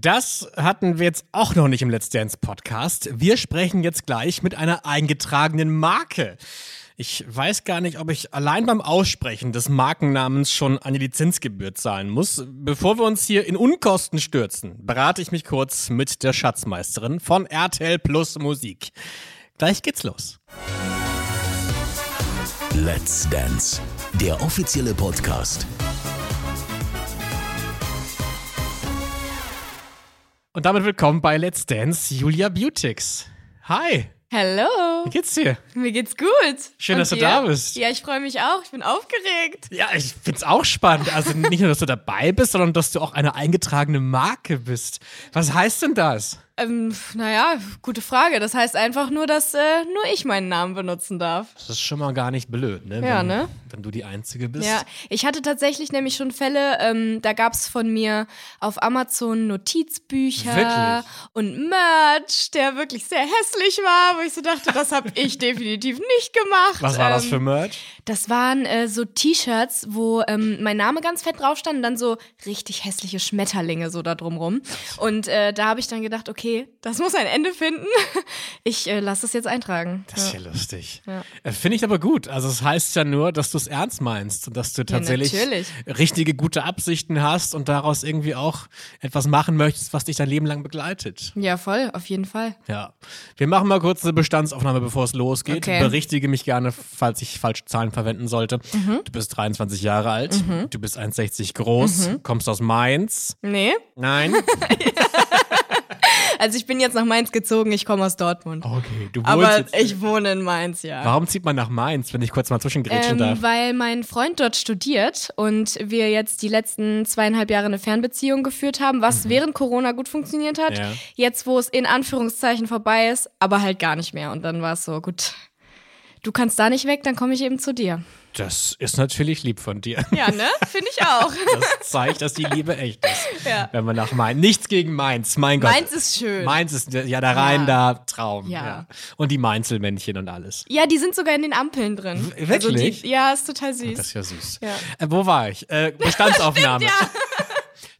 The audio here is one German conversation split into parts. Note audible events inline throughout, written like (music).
Das hatten wir jetzt auch noch nicht im Let's Dance Podcast. Wir sprechen jetzt gleich mit einer eingetragenen Marke. Ich weiß gar nicht, ob ich allein beim Aussprechen des Markennamens schon eine Lizenzgebühr zahlen muss. Bevor wir uns hier in Unkosten stürzen, berate ich mich kurz mit der Schatzmeisterin von RTL Plus Musik. Gleich geht's los. Let's Dance, der offizielle Podcast. Und damit willkommen bei Let's Dance Julia Beautix. Hi, Hallo. wie geht's dir? Mir geht's gut. Schön, Und dass du dir? da bist. Ja, ich freue mich auch. Ich bin aufgeregt. Ja, ich find's auch spannend. Also nicht nur, dass du dabei bist, sondern dass du auch eine eingetragene Marke bist. Was heißt denn das? Ähm, naja, gute Frage. Das heißt einfach nur, dass äh, nur ich meinen Namen benutzen darf. Das ist schon mal gar nicht blöd, ne? Ja, wenn, ne? Wenn du die Einzige bist. Ja, ich hatte tatsächlich nämlich schon Fälle, ähm, da gab's von mir auf Amazon Notizbücher Wirklich? und Merch, der wirklich sehr hässlich war, wo ich so dachte, das habe (laughs) ich definitiv nicht gemacht. Was war das Ähm, für Merch? Das waren äh, so T-Shirts, wo ähm, mein Name ganz fett drauf stand und dann so richtig hässliche Schmetterlinge so da drumrum. Und äh, da habe ich dann gedacht, okay, das muss ein Ende finden. (laughs) Ich äh, lasse es jetzt eintragen. Das ist ja. ja lustig. Ja. Äh, Finde ich aber gut. Also es heißt ja nur, dass du es ernst meinst und dass du tatsächlich natürlich. richtige gute Absichten hast und daraus irgendwie auch etwas machen möchtest, was dich dein Leben lang begleitet. ja, voll, auf jeden Fall. Ja. Wir machen mal kurz eine Bestandsaufnahme, bevor es losgeht. Okay. Berichtige mich gerne, falls ich falsche Zahlen verwenden sollte. Mhm. Du bist 23 Jahre alt, du bist 1,60 groß, Mhm. kommst aus Mainz. Nee? (laughs) Nein. Also ich bin jetzt nach Mainz gezogen, ich komme aus Dortmund. Okay, Oh, du Aber wohnst jetzt. ich wohne in Mainz, ja. Warum zieht man nach Mainz, wenn ich kurz mal zwischengrätschen Ähm, darf? weil mein Freund dort studiert und wir jetzt die letzten zweieinhalb Jahre eine Fernbeziehung geführt haben, was während Corona gut funktioniert hat. Mhm. Ja. Jetzt, wo es in Anführungszeichen vorbei ist, aber halt gar nicht mehr. Und dann war es so, gut, du kannst da nicht weg, dann komme ich eben zu dir. Das ist natürlich lieb von dir. Ja, ne? Finde ich auch. Das zeigt, dass die Liebe echt ist. (laughs) Ja. Wenn man nach Mainz. Nichts gegen Mainz, mein Gott. Meins ist schön. Mainz ist ja der Rhein da Traum. Ja. Und die Mainzelmännchen und alles. (laughs) ja, die sind sogar in den Ampeln drin. W- wirklich? Also die, ja, ist total süß. Das ist ja süß. Ja. Äh, wo war ich? Äh, (laughs) Bestandsaufnahme.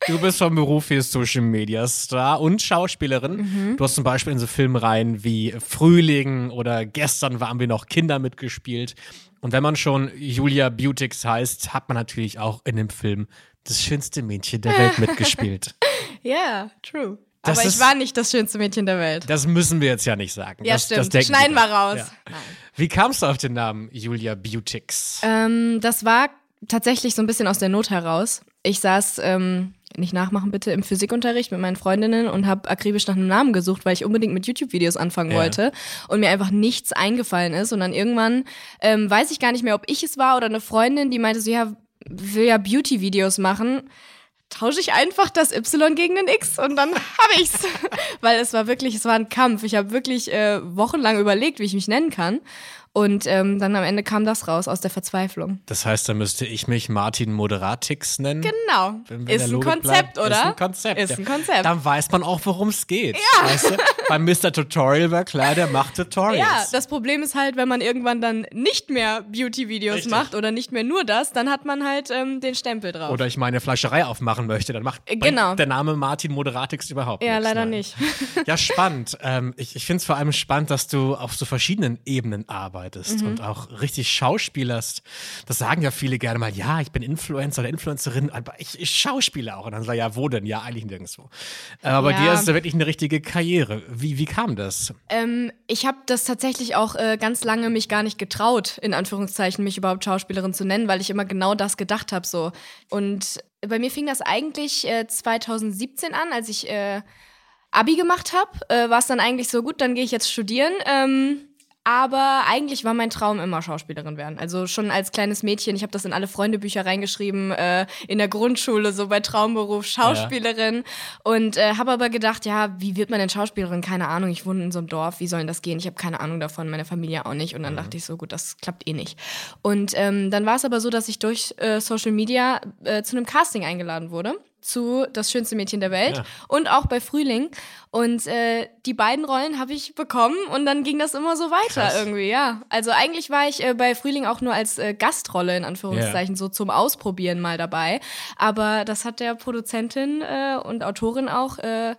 Du bist vom Beruf hier Social Media Star und Schauspielerin. Mhm. Du hast zum Beispiel in so Filmreihen wie Frühling oder Gestern waren wir noch Kinder mitgespielt. Und wenn man schon Julia Beautix heißt, hat man natürlich auch in dem Film das schönste Mädchen der Welt (laughs) mitgespielt. Ja, true. Das aber ist- ich war nicht das schönste Mädchen der Welt. Das müssen wir jetzt ja nicht sagen. Ja, das, Das stimmt. denken Schneiden wir. wir raus. Ja. Wie kamst du auf den Namen Julia Beautix? Ähm, das war tatsächlich so ein bisschen aus der Not heraus. Ich saß, ähm, nicht nachmachen bitte, im Physikunterricht mit meinen Freundinnen und habe akribisch nach einem Namen gesucht, weil ich unbedingt mit YouTube-Videos anfangen Ja. wollte und mir einfach nichts eingefallen ist. Und dann irgendwann ähm, weiß ich gar nicht mehr, ob ich es war oder eine Freundin, die meinte so, ja, will ja Beauty-Videos machen. Tausche ich einfach das Y gegen den X und dann (laughs) habe ich's. Weil es war wirklich, es war ein Kampf. Ich habe wirklich äh, wochenlang überlegt, wie ich mich nennen kann. Und ähm, dann am Ende kam das raus aus der Verzweiflung. Das heißt, da müsste ich mich Martin Moderatix nennen. Genau. Wenn wir in Ist der ein Logik Konzept, bleiben, oder? Ist ein Konzept. Ist ja. ein Konzept. Dann weiß man auch, worum es geht. Ja. Weißt du? (laughs) Bei Mr. Tutorial war klar, der macht Tutorials. ja, das Problem ist halt, wenn man irgendwann dann nicht mehr Beauty-Videos Richtig. macht oder nicht mehr nur das, dann hat man halt ähm, den Stempel drauf. Oder ich meine Fleischerei aufmachen möchte, dann macht bringt Genau. der Name Martin Moderatix überhaupt ja, nichts. leider Nein. nicht. (laughs) Ja, spannend. Ähm, ich ich finde es vor allem spannend, dass du auf so verschiedenen Ebenen Mhm. arbeitest und auch richtig schauspielerst. Das sagen ja viele gerne mal, ja, ich bin Influencer oder Influencerin, aber ich, ich schauspiele auch. Und dann sag ich, ja, wo denn? Ja, eigentlich nirgendwo. Äh, Aber Ja. dir ist da wirklich eine richtige Karriere. Wie, wie kam das? Ähm, ich habe das tatsächlich auch äh, ganz lange mich gar nicht getraut, in Anführungszeichen, mich überhaupt Schauspielerin zu nennen, weil ich immer genau das gedacht habe so. Und bei mir fing das eigentlich äh, 2017 an, als ich äh, Abi gemacht habe, äh, war es dann eigentlich so gut, dann gehe ich jetzt studieren. Ähm, aber eigentlich war mein Traum immer Schauspielerin werden. Also schon als kleines Mädchen, ich habe das in alle Freundebücher reingeschrieben, äh, in der Grundschule, so bei Traumberuf Schauspielerin. Und äh, habe aber gedacht, ja, wie wird man denn Schauspielerin? Keine Ahnung, ich wohne in so einem Dorf, wie soll denn das gehen? Ich habe keine Ahnung davon, meine Familie auch nicht. Und Mhm. dann dachte ich so, gut, das klappt eh nicht. Und ähm, dann war es aber so, dass ich durch äh, Social Media äh, zu einem Casting eingeladen wurde zu Das schönste Mädchen der Welt Ja. und auch bei Frühling. Und äh, die beiden Rollen habe ich bekommen und dann ging das immer so weiter Krass. irgendwie, ja. Also eigentlich war ich äh, bei Frühling auch nur als äh, Gastrolle in Anführungszeichen so zum Ausprobieren mal dabei. Aber das hat der Produzentin äh, und Autorin auch äh,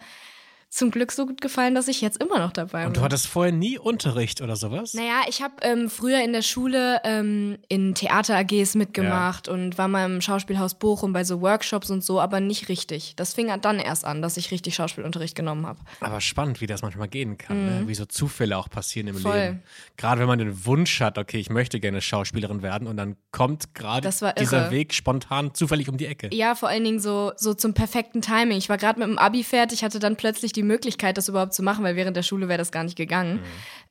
zum Glück so gut gefallen, dass ich jetzt immer noch dabei bin. Und du hattest vorher nie Unterricht oder sowas? Naja, ich habe ähm, früher in der Schule ähm, in Theater-AGs mitgemacht und war mal im Schauspielhaus Bochum bei so Workshops und so, aber nicht richtig. Das fing dann erst an, dass ich richtig Schauspielunterricht genommen habe. Aber spannend, wie das manchmal gehen kann, ne? wie so Zufälle auch passieren im Mhm. Voll. Leben. Gerade wenn man den Wunsch hat, okay, ich möchte gerne Schauspielerin werden und dann kommt gerade Das war dieser irre. Weg spontan zufällig um die Ecke. Ja, vor allen Dingen so, so zum perfekten Timing. Ich war gerade mit dem Abi fertig, hatte dann plötzlich die Möglichkeit, das überhaupt zu machen, weil während der Schule wäre das gar nicht gegangen.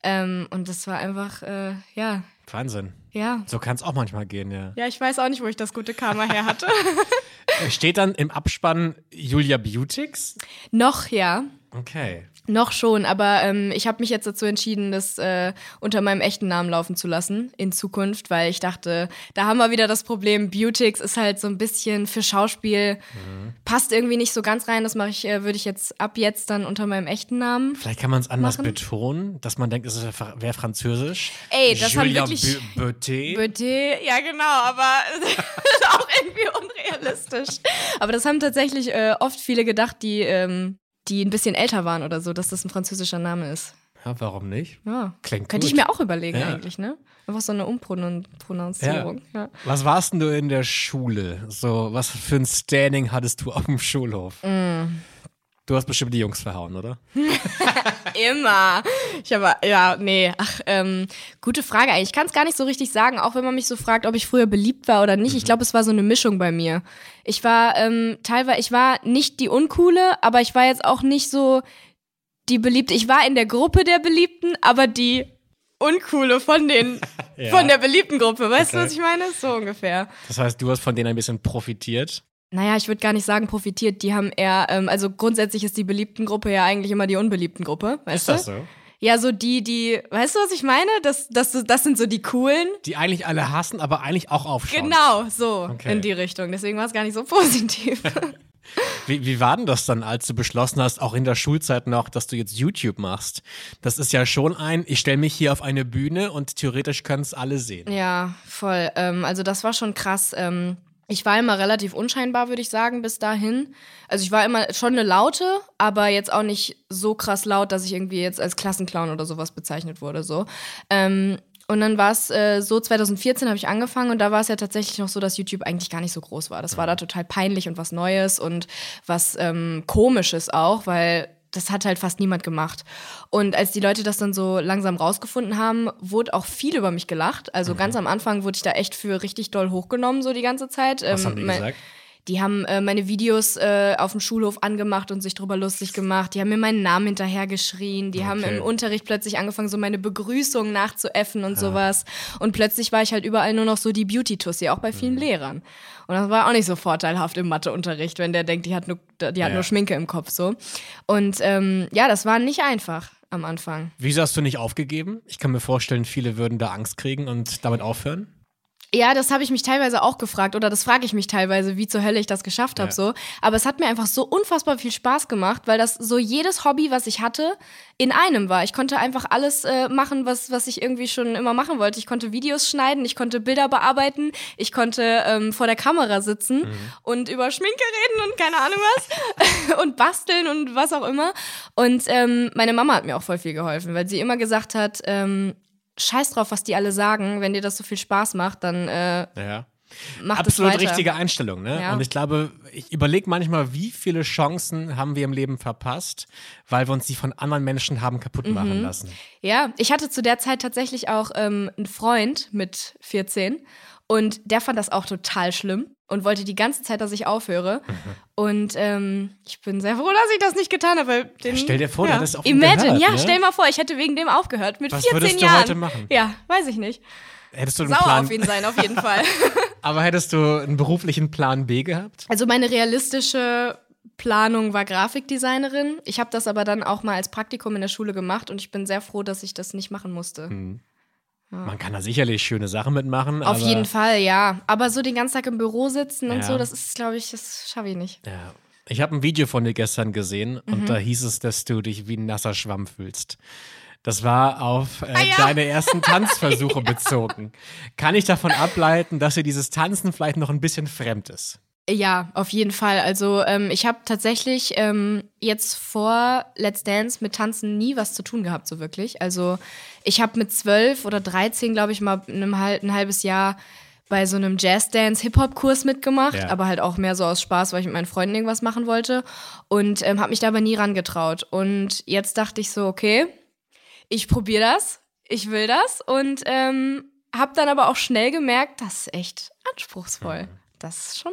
Ähm, und das war einfach, äh, ja, Wahnsinn. ja. So kann es auch manchmal gehen, ja. Ja, ich weiß auch nicht, wo ich das gute Karma her hatte. Äh, Steht dann im Abspann Julia Beautix? (laughs) Noch, ja. Okay. Noch schon, aber ähm, ich habe mich jetzt dazu entschieden, das äh, unter meinem echten Namen laufen zu lassen in Zukunft, weil ich dachte, da haben wir wieder das Problem. Beautix ist halt so ein bisschen für Schauspiel, passt irgendwie nicht so ganz rein. Das mache ich, äh, würde ich jetzt ab jetzt dann unter meinem echten Namen. Vielleicht kann man es anders Machen. betonen, dass man denkt, es wäre französisch. Ey, das haben Julia wirklich- Bu- Beauté. Bitte, ja genau, aber (laughs) das ist auch irgendwie unrealistisch. Aber das haben tatsächlich äh, oft viele gedacht, die, ähm, die ein bisschen älter waren oder so, dass das ein französischer Name ist. ja, warum nicht? Ja. Klingt Könnte gut. ich mir auch überlegen Ja. eigentlich, ne? Einfach so eine Umprononcierung. Ja. Was warst denn du in der Schule? So, was für ein Standing hattest du auf dem Schulhof? Mm. Du hast bestimmt die Jungs verhauen, oder? Immer. Ich habe, ja, nee, ach, ähm, gute Frage eigentlich. Ich kann es gar nicht so richtig sagen, auch wenn man mich so fragt, ob ich früher beliebt war oder Mhm. nicht. Ich glaube, es war so eine Mischung bei mir. Ich war ähm, teilweise, ich war nicht die Uncoole, aber ich war jetzt auch nicht so die Beliebte. Ich war in der Gruppe der Beliebten, aber die Uncoole von den, (laughs) Ja. von der beliebten Gruppe. Weißt du, Okay. was ich meine? So ungefähr. Das heißt, du hast von denen ein bisschen profitiert. Naja, ich würde gar nicht sagen profitiert. Die haben eher, ähm, also grundsätzlich ist die beliebten Gruppe ja eigentlich immer die unbeliebten Gruppe, weißt du? so? Ja, so die, die, weißt du, was ich meine? Das, das, das sind so die coolen. Die eigentlich alle hassen, aber eigentlich auch aufschauen. Genau, so Okay. in die Richtung. Deswegen war es gar nicht so (laughs) positiv. Wie, wie war denn das dann, als du beschlossen hast, auch in der Schulzeit noch, dass du jetzt YouTube machst? Das ist ja schon ein, ich stelle mich hier auf eine Bühne und theoretisch können es alle sehen. Ja, voll. Ähm, also das war schon krass. Ähm, ich war immer relativ unscheinbar, würde ich sagen, bis dahin. Also ich war immer schon eine Laute, aber jetzt auch nicht so krass laut, dass ich irgendwie jetzt als Klassenclown oder sowas bezeichnet wurde. So. Ähm, und dann war es äh, so, 2014 habe ich angefangen und da war es ja tatsächlich noch so, dass YouTube eigentlich gar nicht so groß war. Das war da total peinlich und was Neues und was ähm, Komisches auch, weil das hat halt fast niemand gemacht. Und als die Leute das dann so langsam rausgefunden haben, wurde auch viel über mich gelacht. Mhm. Also ganz am Anfang wurde ich da echt für richtig doll hochgenommen, so die ganze Zeit. Ähm, Was haben die mein- gesagt? Die haben äh, meine Videos äh, auf dem Schulhof angemacht und sich drüber lustig gemacht. Die haben mir meinen Namen hinterher geschrien. Die haben Ah, Okay. im Unterricht plötzlich angefangen, so meine Begrüßung nachzuäffen und sowas. Und plötzlich war ich halt überall nur noch so die Beauty-Tussi, auch bei vielen Lehrern. Und das war auch nicht so vorteilhaft im Matheunterricht, wenn der denkt, die hat nur, die hat Ja. nur Schminke im Kopf so. Und ähm, ja, das war nicht einfach am Anfang. Wieso hast du nicht aufgegeben? Ich kann mir vorstellen, viele würden da Angst kriegen und damit aufhören. Ja, das habe ich mich teilweise auch gefragt oder das frage ich mich teilweise, wie zur Hölle ich das geschafft habe Ja. so. Aber es hat mir einfach so unfassbar viel Spaß gemacht, weil das so jedes Hobby, was ich hatte, in einem war. Ich konnte einfach alles äh, machen, was, was ich irgendwie schon immer machen wollte. Ich konnte Videos schneiden, ich konnte Bilder bearbeiten, ich konnte ähm, vor der Kamera sitzen und über Schminke reden und keine Ahnung was (laughs) und basteln und was auch immer. Und ähm, meine Mama hat mir auch voll viel geholfen, weil sie immer gesagt hat, ähm, Scheiß drauf, was die alle sagen. Wenn dir das so viel Spaß macht, dann äh, Ja. mach Absolut das weiter. richtige Einstellung, ne? Ja. Und ich glaube, ich überlege manchmal, wie viele Chancen haben wir im Leben verpasst, weil wir uns die von anderen Menschen haben kaputt Mhm. machen lassen. Ja, ich hatte zu der Zeit tatsächlich auch ähm, einen Freund mit 14 und der fand das auch total schlimm und wollte die ganze Zeit, dass ich aufhöre. Mhm. Und ähm, ich bin sehr froh, dass ich das nicht getan habe. weil Den, stell dir vor, du ja. hättest auf ihn Imagine, gehört, ja, ne? stell mal vor, ich hätte wegen dem aufgehört mit Was 14 würdest du Jahren. heute machen? Ja, weiß ich nicht. Hättest du einen Sauer Plan, auf ihn sein, auf jeden Fall. (laughs) aber hättest du einen beruflichen Plan B gehabt? Also meine realistische Planung war Grafikdesignerin. Ich habe das aber dann auch mal als Praktikum in der Schule gemacht und ich bin sehr froh, dass ich das nicht machen musste. Man kann da sicherlich schöne Sachen mitmachen. Auf aber, jeden Fall, ja. Aber so den ganzen Tag im Büro sitzen und Ja. so, das ist, glaube ich, das schaffe ich nicht. Ja. Ich habe ein Video von dir gestern gesehen Mhm. und da hieß es, dass du dich wie ein nasser Schwamm fühlst. Das war auf äh, Ah, ja. deine (laughs) ersten Tanzversuche bezogen. Kann ich davon ableiten, dass dir dieses Tanzen vielleicht noch ein bisschen fremd ist? Ja, auf jeden Fall. Also ähm, ich habe tatsächlich ähm, jetzt vor Let's Dance mit Tanzen nie was zu tun gehabt, so wirklich. Also ich habe mit zwölf oder 13, glaube ich, mal einem, hal- ein halbes Jahr bei so einem Jazz-Dance-Hip-Hop-Kurs mitgemacht, Ja. aber halt auch mehr so aus Spaß, weil ich mit meinen Freunden irgendwas machen wollte und ähm, habe mich da aber nie rangetraut. Und jetzt dachte ich so, okay, ich probiere das, ich will das und ähm, habe dann aber auch schnell gemerkt, das ist echt anspruchsvoll. Das ist schon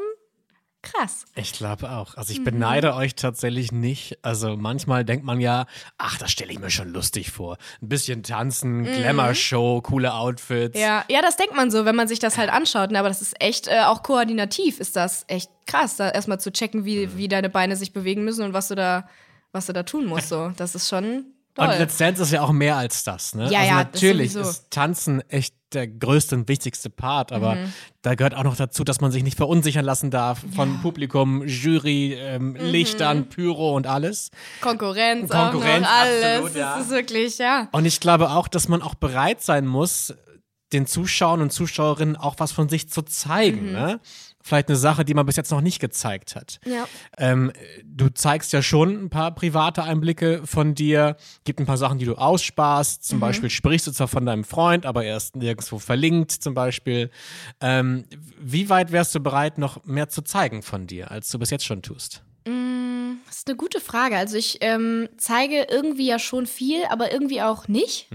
krass. Ich glaube auch. Also Mhm. ich beneide euch tatsächlich nicht. Also manchmal denkt man ja, ach, das stelle ich mir schon lustig vor. Ein bisschen tanzen, Glamour-Show, coole Outfits. Mhm. Ja, ja, das denkt man so, wenn man sich das halt anschaut. Ne? Aber das ist echt äh, auch koordinativ, ist das echt krass, da erstmal zu checken, wie, Mhm. wie deine Beine sich bewegen müssen und was du da, was du da tun musst. So, das ist schon Und toll. Let's Dance ist ja auch mehr als das, ne? Ja, also ja, das natürlich sowieso. ist Tanzen echt der größte und wichtigste Part, aber Mhm. da gehört auch noch dazu, dass man sich nicht verunsichern lassen darf von Publikum, Jury, ähm, Mhm. Lichtern, Pyro und alles. Konkurrenz, Konkurrenz, auch noch alles. absolut, ja. Das ist wirklich, ja. Und ich glaube auch, dass man auch bereit sein muss, den Zuschauern und Zuschauerinnen auch was von sich zu zeigen, ne? Vielleicht eine Sache, die man bis jetzt noch nicht gezeigt hat. Ja. Ähm, du zeigst ja schon ein paar private Einblicke von dir, gibt ein paar Sachen, die du aussparst. Zum Beispiel sprichst du zwar von deinem Freund, aber er ist nirgendwo verlinkt, zum Beispiel. Ähm, wie weit wärst du bereit, noch mehr zu zeigen von dir, als du bis jetzt schon tust? Das ist eine gute Frage. Also ich ähm, zeige irgendwie ja schon viel, aber irgendwie auch nicht.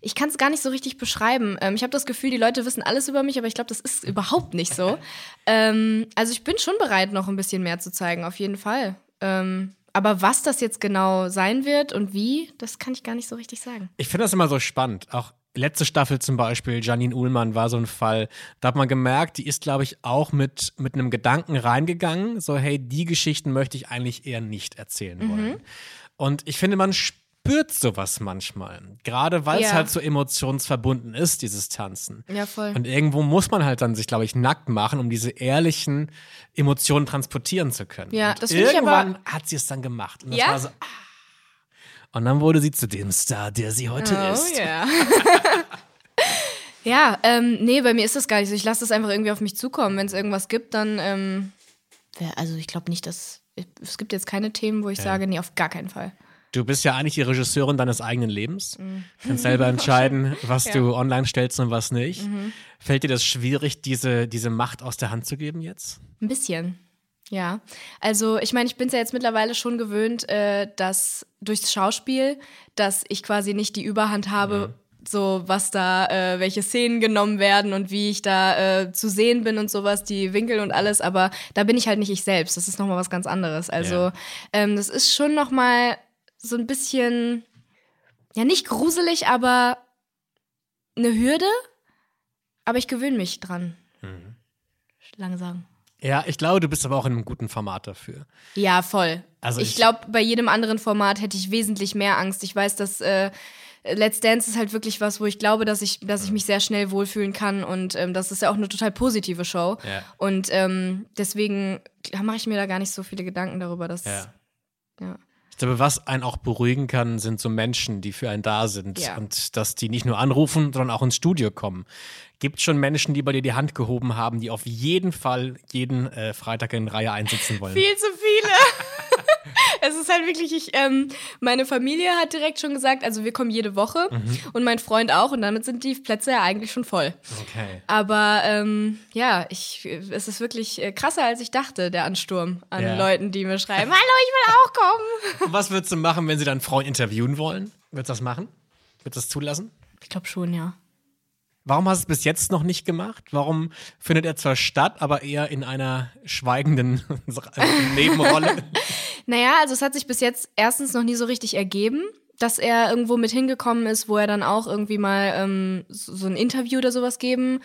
Ich kann es gar nicht so richtig beschreiben. Ähm, ich habe das Gefühl, die Leute wissen alles über mich, aber ich glaube, das ist überhaupt nicht so. ähm, also ich bin schon bereit, noch ein bisschen mehr zu zeigen, auf jeden Fall. Ähm, aber was das jetzt genau sein wird und wie, das kann ich gar nicht so richtig sagen. Ich finde das immer so spannend. Auch letzte Staffel zum Beispiel, Janine Uhlmann war so ein Fall. Da hat man gemerkt, die ist, glaube ich, auch mit, mit einem Gedanken reingegangen. So, hey, die Geschichten möchte ich eigentlich eher nicht erzählen Mhm. wollen. Und ich finde, man spürt sowas manchmal. Gerade weil es Ja. halt so emotionsverbunden ist, dieses Tanzen. Ja, voll. Und irgendwo muss man halt dann sich, glaube ich, nackt machen, um diese ehrlichen Emotionen transportieren zu können. Ja, und das find ich aber- irgendwann hat sie es dann gemacht. Und das Ja? war so, ah. Und dann wurde sie zu dem Star, der sie heute ist. Oh, ja. ja, ähm, nee, bei mir ist das gar nicht so. Ich lasse das einfach irgendwie auf mich zukommen. Wenn es irgendwas gibt, dann. Ähm, wer- also, ich glaube nicht, dass. Es gibt jetzt keine Themen, wo ich sage, nee, auf gar keinen Fall. Du bist ja eigentlich die Regisseurin deines eigenen Lebens. Mhm. Kannst (laughs) selber entscheiden, was du online stellst und was nicht. Mhm. Fällt dir das schwierig, diese, diese Macht aus der Hand zu geben jetzt? Ein bisschen. Ja, also ich meine, ich bin es ja jetzt mittlerweile schon gewöhnt, äh, dass durchs Schauspiel, dass ich quasi nicht die Überhand habe, so was da, äh, welche Szenen genommen werden und wie ich da äh, zu sehen bin und sowas, die Winkel und alles, aber da bin ich halt nicht ich selbst. Das ist nochmal was ganz anderes. Also Ja. ähm, das ist schon nochmal so ein bisschen, ja nicht gruselig, aber eine Hürde, aber ich gewöhne mich dran. Langsam. Ja, ich glaube, du bist aber auch in einem guten Format dafür. Ja, voll. Also ich ich- glaube, bei jedem anderen Format hätte ich wesentlich mehr Angst. Ich weiß, dass äh, Let's Dance ist halt wirklich was, wo ich glaube, dass ich, dass ich mich sehr schnell wohlfühlen kann und ähm, das ist ja auch eine total positive Show. Ja. Und ähm, deswegen mache ich mir da gar nicht so viele Gedanken darüber, dass. Ja. Ja. Ich glaube, was einen auch beruhigen kann, sind so Menschen, die für einen da sind Ja. und dass die nicht nur anrufen, sondern auch ins Studio kommen. Gibt schon Menschen, die bei dir die Hand gehoben haben, die auf jeden Fall jeden äh, Freitag in Reihe einsitzen wollen. Viel zu viele. (laughs) es ist halt wirklich, ich, ähm, meine Familie hat direkt schon gesagt, also wir kommen jede Woche Mhm. und mein Freund auch und damit sind die Plätze ja eigentlich schon voll. Okay. Aber ähm, ja, ich, es ist wirklich äh, krasser, als ich dachte, der Ansturm an Ja. Leuten, die mir schreiben, hallo, ich will auch kommen. Und was würdest du machen, wenn sie deinen Freund interviewen wollen? Würdest du das machen? Würdest du das zulassen? Ich glaube schon, ja. Warum hast du es bis jetzt noch nicht gemacht? Warum findet er zwar statt, aber eher in einer schweigenden (laughs) Nebenrolle? Naja, also es hat sich bis jetzt erstens noch nie so richtig ergeben, dass er irgendwo mit hingekommen ist, wo er dann auch irgendwie mal ähm, so so ein Interview oder sowas geben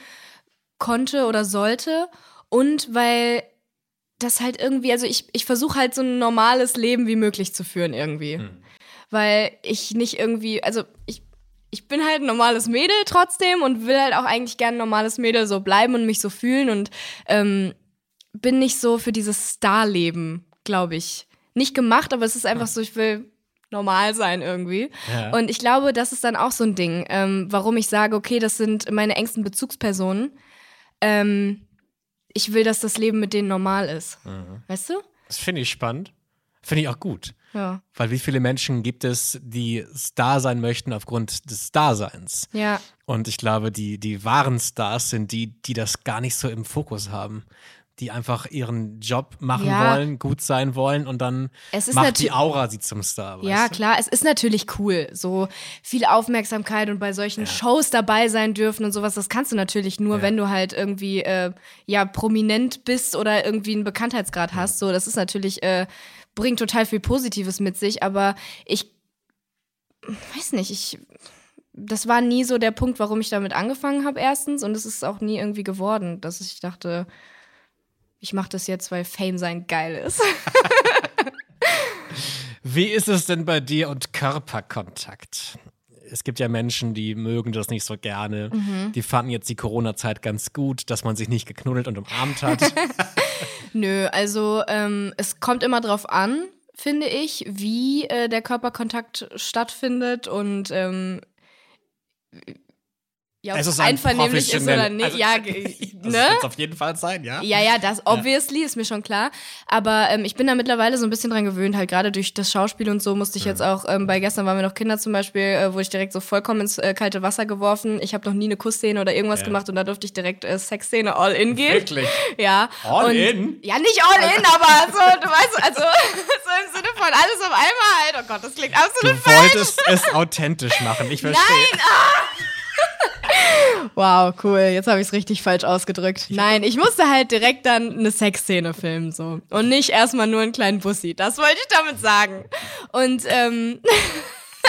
konnte oder sollte. Und weil das halt irgendwie, also ich, ich versuche halt so ein normales Leben wie möglich zu führen irgendwie. Weil ich nicht irgendwie, also ich, ich bin halt ein normales Mädel trotzdem und will halt auch eigentlich gerne ein normales Mädel so bleiben und mich so fühlen und ähm, bin nicht so für dieses Starleben glaube ich. Nicht gemacht, aber es ist einfach so, ich will normal sein irgendwie. Ja. Und ich glaube, das ist dann auch so ein Ding, ähm, warum ich sage, okay, das sind meine engsten Bezugspersonen. Ähm, ich will, dass das Leben mit denen normal ist. Weißt du? Das finde ich spannend. Finde ich auch gut. Ja. Weil wie viele Menschen gibt es, die Star sein möchten aufgrund des Daseins? Ja. Und ich glaube, die, die wahren Stars sind die, die das gar nicht so im Fokus haben. Die einfach ihren Job machen Ja. wollen, gut sein wollen und dann Es ist macht die natü- Aura sie zum Star. Weißt Ja, du? klar, es ist natürlich cool, so viel Aufmerksamkeit und bei solchen Shows dabei sein dürfen und sowas. Das kannst du natürlich nur, wenn du halt irgendwie äh, ja prominent bist oder irgendwie einen Bekanntheitsgrad hast. So, das ist natürlich äh, bringt total viel Positives mit sich, aber ich weiß nicht, ich das war nie so der Punkt, warum ich damit angefangen habe erstens und es ist auch nie irgendwie geworden, dass ich dachte, ich mache das jetzt, weil Fame sein geil ist. Wie ist es denn bei dir und Körperkontakt? Es gibt ja Menschen, die mögen das nicht so gerne. Mhm. Die fanden jetzt die Corona-Zeit ganz gut, dass man sich nicht geknuddelt und umarmt hat. Nö, also ähm, es kommt immer drauf an, finde ich, wie äh, der Körperkontakt stattfindet und ähm, ja, ob Es es ist ein einvernehmlich ist oder professionell- nicht. Also, (laughs) ja, das ge- (laughs) ne? wird auf jeden Fall sein, ja? Ja, ja, das obviously ist mir schon klar. Aber ähm, ich bin da mittlerweile so ein bisschen dran gewöhnt, halt gerade durch das Schauspiel und so musste ich jetzt auch, ähm, bei gestern waren wir noch Kinder zum Beispiel, äh, wurde ich direkt so vollkommen ins äh, kalte Wasser geworfen. Ich habe noch nie eine Kussszene oder irgendwas gemacht und da durfte ich direkt äh, Sexszene all in gehen. (laughs) Wirklich? Ja. All und, in? Ja, nicht all in, Also- aber so, du weißt, also (laughs) so im Sinne von alles auf einmal halt. Oh Gott, das klingt Du absolut wolltest es authentisch machen, ich verstehe. Wow, cool. Jetzt habe ich es richtig falsch ausgedrückt. Nein, ich musste halt direkt dann eine Sexszene filmen so und nicht erstmal nur einen kleinen Bussi. Das wollte ich damit sagen. Und ähm,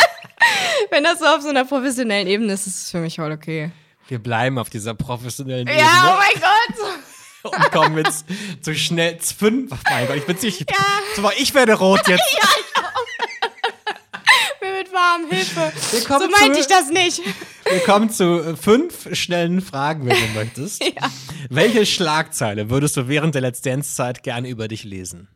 (laughs) wenn das so auf so einer professionellen Ebene ist, ist es für mich voll okay. Wir bleiben auf dieser professionellen Ja, oh Ebene mein Gott. (laughs) (laughs) und kommen jetzt zu schnell zu fünf. Oh mein Gott, ich bin süchtig. So, ich werde rot jetzt. Mir wird warm, Hilfe. Wir kommen So meinte zu- ich das nicht. Wir kommen zu äh, fünf schnellen Fragen, wenn du (laughs) möchtest. Welche Schlagzeile würdest du während der Let's Dance-Zeit gerne über dich lesen?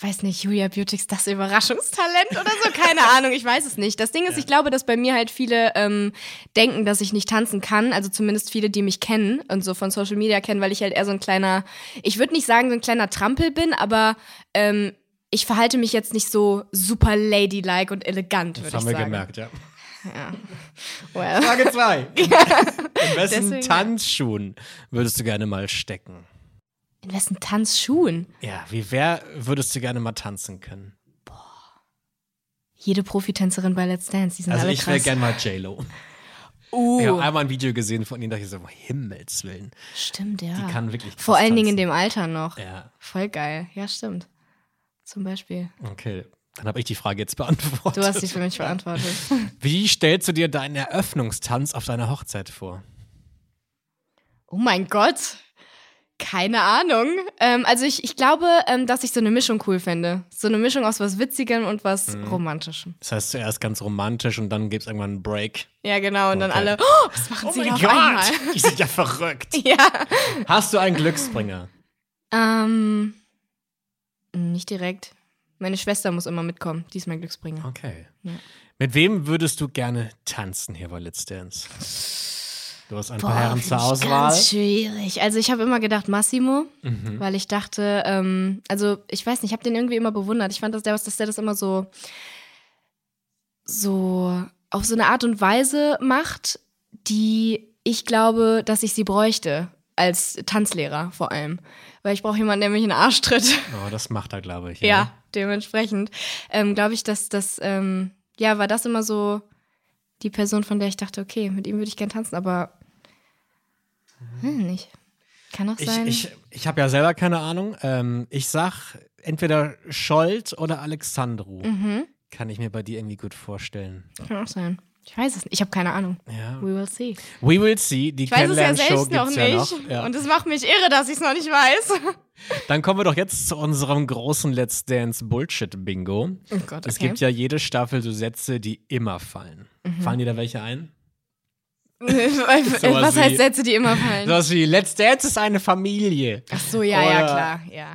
weiß nicht, Julia Beautix das Überraschungstalent oder so, (laughs) keine Ahnung, ich weiß es nicht. Das Ding ist, ich glaube, dass bei mir halt viele ähm, denken, dass ich nicht tanzen kann, also zumindest viele, die mich kennen und so von Social Media kennen, weil ich halt eher so ein kleiner, ich würde nicht sagen, so ein kleiner Trampel bin, aber ähm, ich verhalte mich jetzt nicht so super ladylike und elegant, würde ich Das haben wir sagen. gemerkt, ja. Well. Frage (laughs) zwei. In wessen Deswegen- Tanzschuhen würdest du gerne mal stecken? In wessen Tanzschuhen? Ja, wie wer würdest du gerne mal tanzen können? Jede Profitänzerin bei Let's Dance, die sind Also alle ich wäre krass. gerne mal J-Lo. Ich habe uh, einmal ein Video gesehen von ihnen, dachte ich so, um Himmels Willen. stimmt, ja. Die kann wirklich krass Ah. Vor allen Dingen in tanzen. dem Alter noch. Ja, Voll geil. Ja, stimmt. Zum Beispiel. okay. Dann habe ich die Frage jetzt beantwortet. (laughs) Du hast sie für mich beantwortet. Wie stellst du dir deinen Eröffnungstanz auf deiner Hochzeit vor? Oh mein Gott. Keine Ahnung. Ähm, also ich, ich glaube, ähm, dass ich so eine Mischung cool fände. So eine Mischung aus was Witzigem und was Romantischem. Das heißt zuerst ganz romantisch und dann gibt es irgendwann einen Break. Ja, genau. Und dann Okay. alle, oh, was machen sie da auf einmal? die sind ja verrückt. (laughs) ja. Hast du einen Glücksbringer? Ähm, nicht direkt. Meine Schwester muss immer mitkommen. Die ist mein Glücksbringer. Okay. Ja. Mit wem würdest du gerne tanzen hier bei Let's Dance? Du hast ein paar Herren find zur ich Auswahl. Ganz schwierig. Also ich habe immer gedacht Massimo, weil ich dachte, ähm, also ich weiß nicht, ich habe den irgendwie immer bewundert. Ich fand, dass der, dass der das immer so, so auf so eine Art und Weise macht, die ich glaube, dass ich sie bräuchte. Als Tanzlehrer vor allem. Weil ich brauche jemanden, der mich in den Arsch tritt. Oh, das macht er, glaube ich. Ja, dementsprechend. Ähm, Glaube ich, dass das, ähm, ja, war das immer so die Person, von der ich dachte, okay, mit ihm würde ich gern tanzen, aber hm, nicht. Kann auch Mhm. Ich, sein. ich, ich habe ja selber keine Ahnung. Ähm, ich sag entweder Scholt oder Alexandru. Mhm. Kann ich mir bei dir irgendwie gut vorstellen. Kann auch sein. Ich weiß es nicht. Ich habe keine Ahnung. Ja. We will see. We will see. Die Ich weiß es ja Kennenlernshow selbst gibt noch es nicht. ja noch. Ja. Und es macht mich irre, dass ich es noch nicht weiß. (laughs) Dann kommen wir doch jetzt zu unserem großen Let's Dance Bullshit Bingo. Oh Gott, Es okay. Mhm. gibt ja jede Staffel so Sätze, die immer fallen. Fallen dir da welche ein? Was wie- Äh, heißt Sätze, die immer fallen? Das wie Let's Dance ist eine Familie. Ach so, ja, Oder- ja, klar, ja.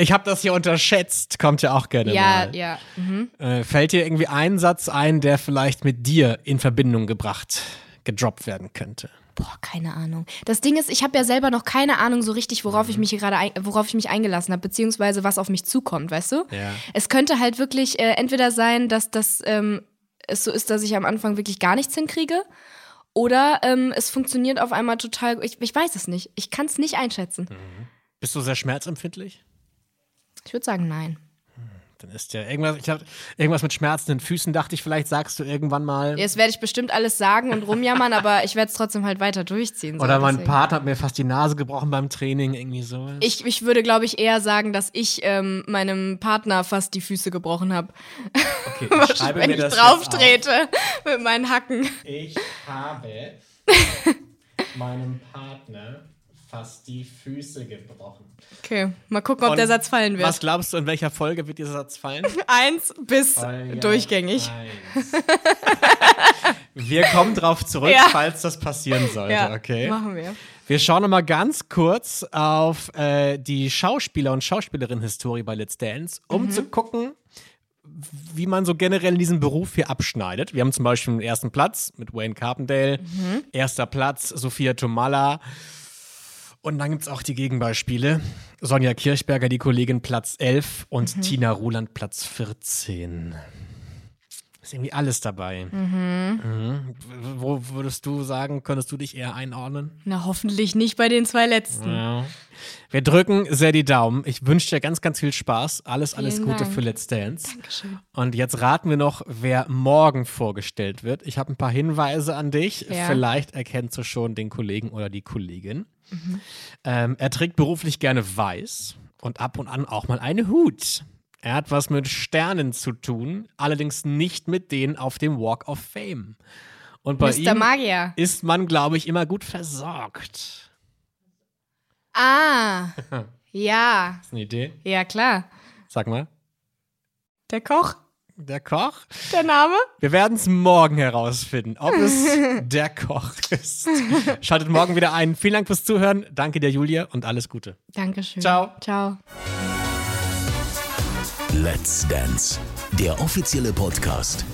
Ich habe das hier unterschätzt, kommt ja auch gerne Ja, mal. ja. Mhm. Äh, fällt dir irgendwie ein Satz ein, der vielleicht mit dir in Verbindung gebracht, gedroppt werden könnte? Boah, keine Ahnung. Das Ding ist, ich habe ja selber noch keine Ahnung so richtig, worauf Mhm. ich mich gerade, ein, worauf ich mich eingelassen habe, beziehungsweise was auf mich zukommt, weißt du? Ja. Es könnte halt wirklich äh, entweder sein, dass das ähm, es so ist, dass ich am Anfang wirklich gar nichts hinkriege, oder ähm, es funktioniert auf einmal total. Ich, ich weiß es nicht. Ich kann es nicht einschätzen. Mhm. Bist du sehr schmerzempfindlich? Ich würde sagen, nein. Dann ist ja irgendwas, ich hab, irgendwas mit schmerzenden Füßen, dachte ich, vielleicht sagst du irgendwann mal. Jetzt werde ich bestimmt alles sagen und rumjammern, aber ich werde es trotzdem halt weiter durchziehen. so, Oder mein deswegen. Partner hat mir fast die Nase gebrochen beim Training, irgendwie sowas. Ich, ich würde, glaube ich, eher sagen, dass ich ähm, meinem Partner fast die Füße gebrochen habe. (laughs) okay, Wenn ich drauftrete mit meinen Hacken. Ich (laughs) habe meinem Partner fast die Füße gebrochen. Okay, mal gucken, ob der Satz fallen wird. Was glaubst du, in welcher Folge wird dieser Satz (laughs) fallen? Eins bis Oh, durchgängig. eins. (laughs) Wir kommen drauf zurück, Ja. falls das passieren sollte, Ja, okay? machen wir. Wir schauen nochmal ganz kurz auf äh, die Schauspieler- und Schauspielerinnen-Historie bei Let's Dance, um zu gucken, wie man so generell in diesem Beruf hier abschneidet. Wir haben zum Beispiel den ersten Platz mit Wayne Carpendale, erster Platz Sophia Tomalla. Und dann gibt es auch die Gegenbeispiele. Sonja Kirchberger, die Kollegin Platz 11 und Tina Ruland Platz 14. Ist irgendwie alles dabei. Mhm. Wo würdest du sagen, könntest du dich eher einordnen? Na, hoffentlich nicht bei den zwei letzten. Ja. Wir drücken sehr die Daumen. Ich wünsche dir ganz, ganz viel Spaß. Alles, alles Vielen Gute Dank. für Let's Dance. Dankeschön. Und jetzt raten wir noch, wer morgen vorgestellt wird. Ich habe ein paar Hinweise an dich. Ja. Vielleicht erkennst du schon den Kollegen oder die Kollegin. Mhm. Ähm, er trägt beruflich gerne weiß und ab und an auch mal einen Hut. Er hat was mit Sternen zu tun, allerdings nicht mit denen auf dem Walk of Fame. Und bei Mr. ihm Magier. ist man, glaube ich, immer gut versorgt. Ah. ja. Ist eine Idee? Ja, klar. Sag mal. Der Koch, Der Koch? der Name? Wir werden es morgen herausfinden, ob es der Koch ist. Schaltet morgen wieder ein. Vielen Dank fürs Zuhören. Danke dir, Julia, und alles Gute. Dankeschön. Ciao. Ciao. Let's Dance, der offizielle Podcast